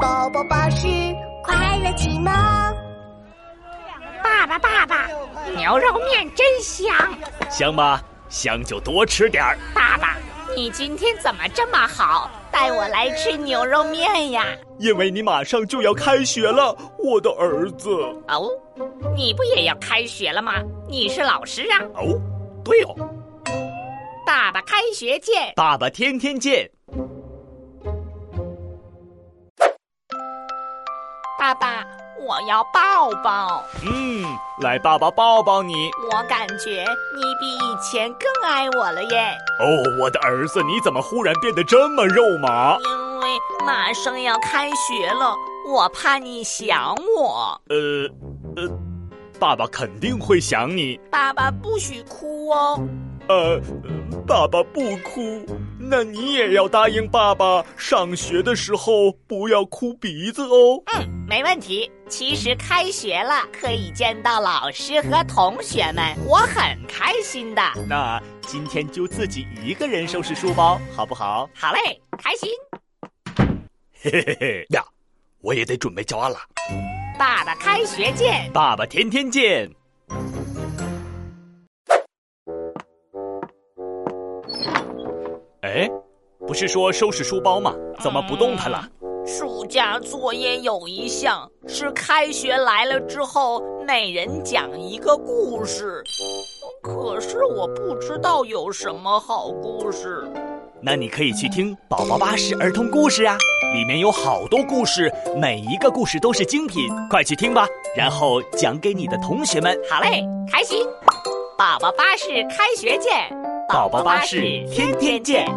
宝宝巴士快乐启蒙。爸爸，爸爸，牛肉面真香！香吗？香就多吃点儿。爸爸，你今天怎么这么好？带我来吃牛肉面呀！因为你马上就要开学了，我的儿子。哦，你不也要开学了吗？你是老师啊！哦，对哦，爸爸，开学见！爸爸天天见。爸爸，我要抱抱。嗯，来，爸爸抱抱你。我感觉你比以前更爱我了耶，哦，我的儿子，你怎么忽然变得这么肉麻？因为马上要开学了，我怕你想我。呃，呃，爸爸肯定会想你。爸爸不许哭哦。呃，爸爸不哭，那你也要答应爸爸，上学的时候不要哭鼻子哦。嗯，没问题。其实开学了，可以见到老师和同学们，我很开心的。那今天就自己一个人收拾书包，好不好？好嘞，开心。嘿嘿嘿 呀，我也得准备教阿拉。爸爸，开学见。爸爸天天见。哎，不是说收拾书包吗？怎么不动弹了？嗯暑假作业有一项是开学来了之后，每人讲一个故事。可是我不知道有什么好故事。那你可以去听《宝宝巴士儿童故事》啊，里面有好多故事，每一个故事都是精品，快去听吧，然后讲给你的同学们。好嘞，开心。宝宝巴士开学见，宝宝巴士天天见。